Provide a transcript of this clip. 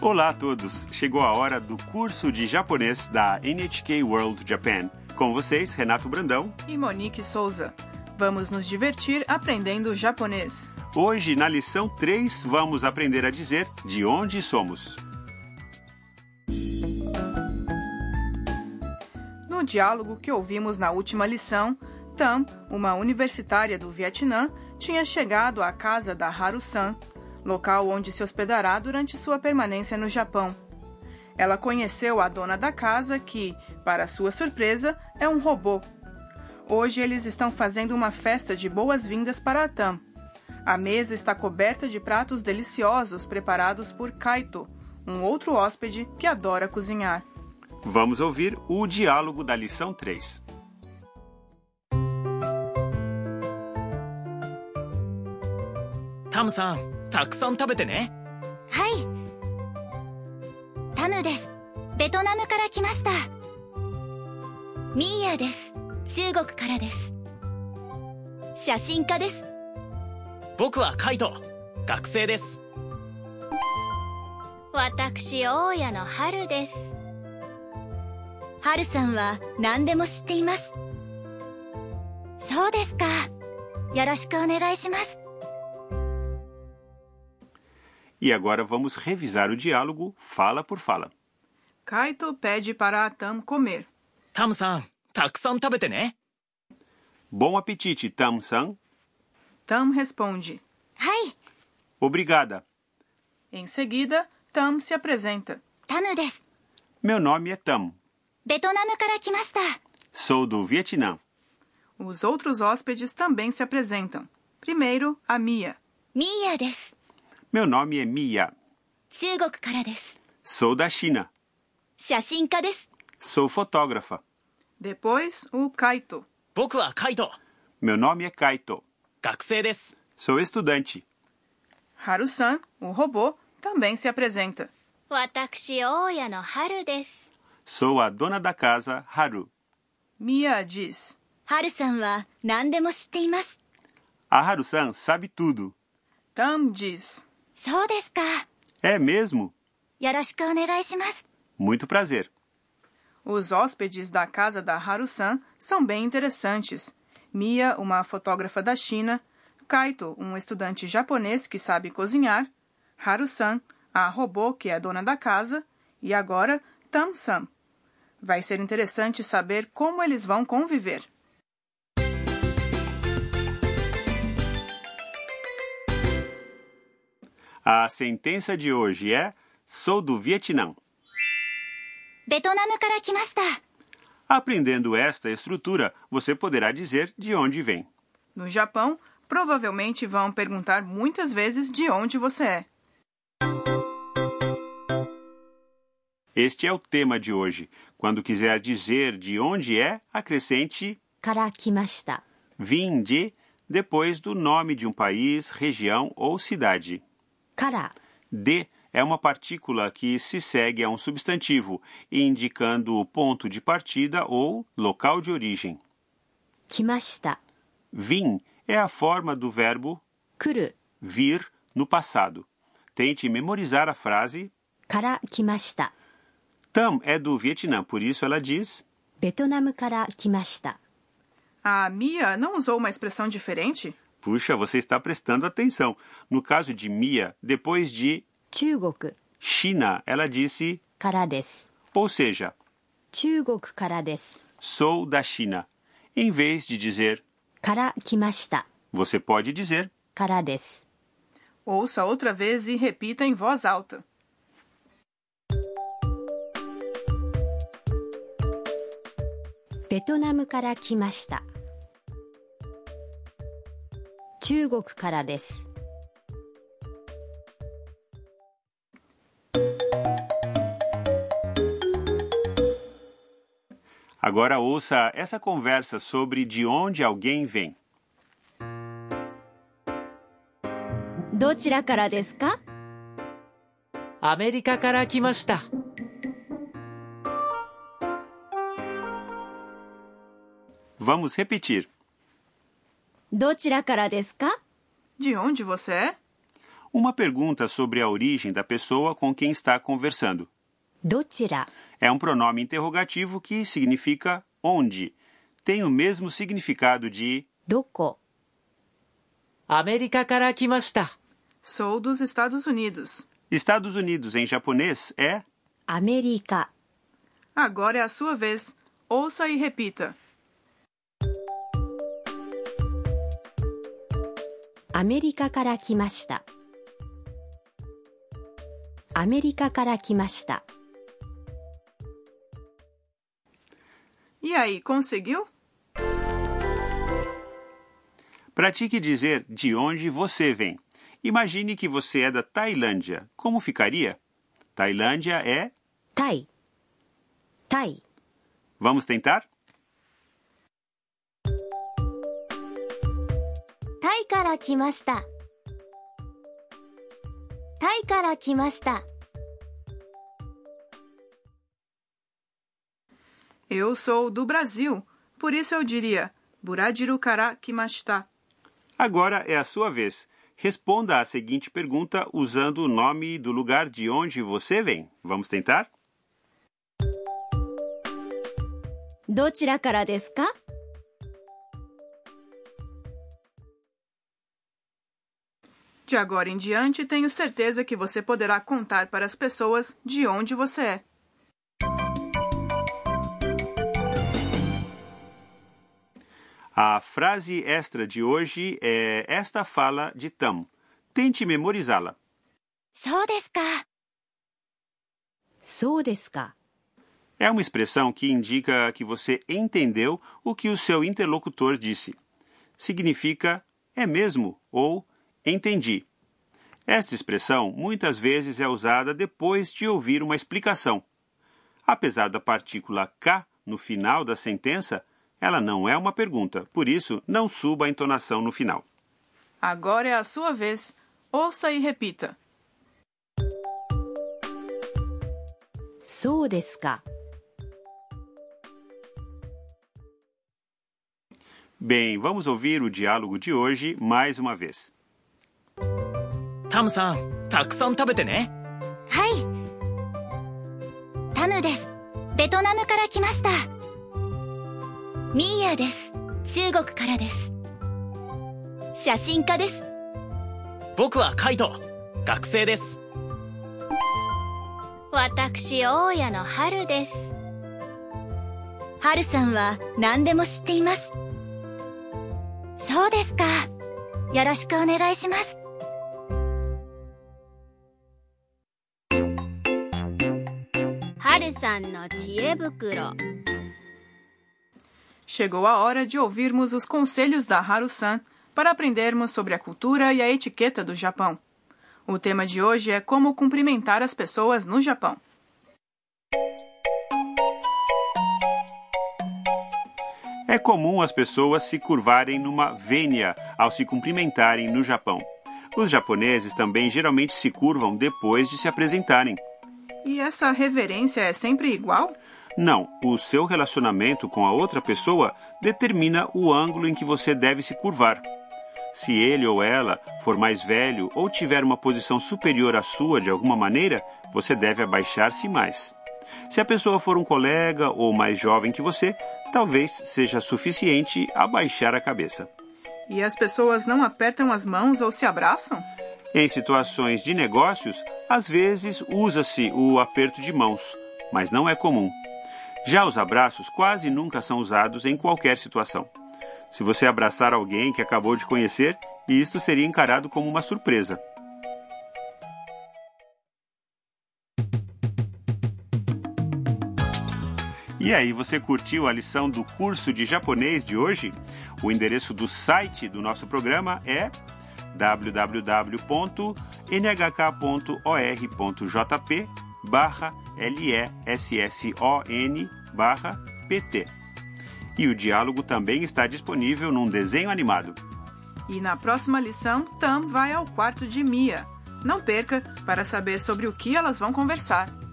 Olá a todos! Chegou a hora do curso de japonês da NHK World Japan. Com vocês, Renato Brandão. E Monique Souza. Vamos nos divertir aprendendo japonês. Hoje, na lição 3, vamos aprender a dizer de onde somos. No diálogo que ouvimos na última lição, Tam, uma universitária do Vietnã, tinha chegado à casa da Haru-san, local onde se hospedará durante sua permanência no Japão. Ela conheceu a dona da casa, que, para sua surpresa, é um robô. Hoje eles estão fazendo uma festa de boas-vindas para a Tam. A mesa está coberta de pratos deliciosos preparados por Kaito, um outro hóspede que adora cozinhar. Vamos ouvir o diálogo da lição 3. タムさんたくさん食べてねはいタムですベトナムから来ましたミーヤです中国からです写真家です僕はカイト学生です私大家の春です春さんは何でも知っていますそうですかよろしくお願いします E agora vamos revisar o diálogo fala por fala. Kaito pede para a Tam comer. タムさんたくさん食べてね Bom apetite, Tam-san. Tam responde. はい、 Obrigada. Em seguida, Tam se apresenta. タムです。 Meu nome é Tam. ベトナムから来ました。 Sou do Vietnã. Os outros hóspedes também se apresentam. Primeiro, a Mia. ミーヤです。 Meu nome é Mia. 中国からです。 Sou da China. 写真家です。 Sou fotógrafa. Depois, o Kaito. 僕はカイト Meu nome é Kaito. 学生です Sou estudante. Haru-san, o robô, também se apresenta. 私、大家の春です。 Sou a dona da casa, Haru. Mia diz. 春さんは何でも知っています。 A Haru-san sabe tudo. Tam diz. そうですか。 É mesmo? よろしくお願いします。 Muito prazer. Os hóspedes da casa da Haru-san são bem interessantes. Mia, uma fotógrafa da China. Kaito, um estudante japonês que sabe cozinhar. Haru-san, a robô que é dona da casa. E agora, Tam-san. Vai ser interessante saber como eles vão conviver. A sentença de hoje é: Sou do Vietnã. ベトナムから来ました。 Aprendendo esta estrutura, você poderá dizer de onde vem. No Japão, provavelmente vão perguntar muitas vezes de onde você é. Este é o tema de hoje. Quando quiser dizer de onde é, acrescente から来ました。 vim de depois do nome de um país, região ou cidade. から。 De é uma partícula que se segue a um substantivo, indicando o ponto de partida ou local de origem. 来ました。 Vim é a forma do verbo 来る。 vir no passado. Tente memorizar a frase. から来ました。 Tam é do Vietnã, por isso ela diz. ベトナムから来ました。 A Mia não usou uma expressão diferente? Puxa, você está prestando atenção. No caso de Mia, depois de 中国 China, ela disse, からです。 ou seja, 中国からです。 sou da China. Em vez de dizer から来ました。 Você pode dizer: からです。 Ouça outra vez e repita em voz alta. ベトナムから来ました。中国からです。 Agora ouça essa conversa sobre de onde alguém vem. どちらからですかアメリカから来ました Vamos repetir. どちらからですかで onde você é? Uma pergunta sobre a origem da pessoa com quem está conversando. どちら É um pronome interrogativo que significa onde. Tem o mesmo significado de どこアメリカから来ました。 Sou dos Estados Unidos. Estados Unidos em japonês é アメリカ Agora é a sua vez. Ouça e repita. アメリカから来ましたアメリカから来ました E aí, conseguiu? pratique dizer de onde você vem. Imagine que você é da Tailândia. Como ficaria? Tailândia é. タイタイ Vamos tentar? タイから来ましたタイから来ました Eu sou do Brasil, por isso eu diria Buradirucará Kimashita. Agora é a sua vez. Responda a seguinte pergunta usando o nome do lugar de onde você vem. Vamos tentar? どちらからですか De agora em diante, tenho certeza que você poderá contar para as pessoas de onde você é. A frase extra de hoje é esta fala de Tam. Tente memorizá-la. そうですかそうですか É uma expressão que indica que você entendeu o que o seu interlocutor disse. Significa é mesmo ou entendi. Esta expressão muitas vezes é usada depois de ouvir uma explicação. Apesar da partícula K no final da sentença, ela não é uma pergunta, por isso não suba a entonação no final. Agora é a sua vez. Ouça e repita. そうですか Bem, vamos ouvir o diálogo de hoje mais uma vez. タムさん、たくさん食べてね。はいタムですベトナムから来ましたミーヤです中国からです写真家です僕はカイト。学生です。私大家の春です春さんは何でも知っていますそうですかよろしくお願いします春さんの知恵袋 Chegou a hora de ouvirmos os conselhos da Haru-san para aprendermos sobre a cultura e a etiqueta do Japão. O tema de hoje é como cumprimentar as pessoas no Japão. É comum as pessoas se curvarem numa vênia ao se cumprimentarem no Japão. Os japoneses também geralmente se curvam depois de se apresentarem. E essa reverência é sempre igual? Não, o seu relacionamento com a outra pessoa determina o ângulo em que você deve se curvar. Se ele ou ela for mais velho ou tiver uma posição superior à sua de alguma maneira, você deve abaixar-se mais. Se a pessoa for um colega ou mais jovem que você, talvez seja suficiente abaixar a cabeça. E as pessoas não apertam as mãos ou se abraçam? Em situações de negócios, às vezes usa-se o aperto de mãos, mas não é comum. Já os abraços quase nunca são usados em qualquer situação. Se você abraçar alguém que acabou de conhecer, isto seria encarado como uma surpresa. E aí, você curtiu a lição do curso de japonês de hoje? O endereço do site do nosso programa é www.nhk.or.jp barra LESSON barra PT. E o diálogo também está disponível num desenho animado. E na próxima lição, Tam vai ao quarto de Mia. Não perca para saber sobre o que elas vão conversar.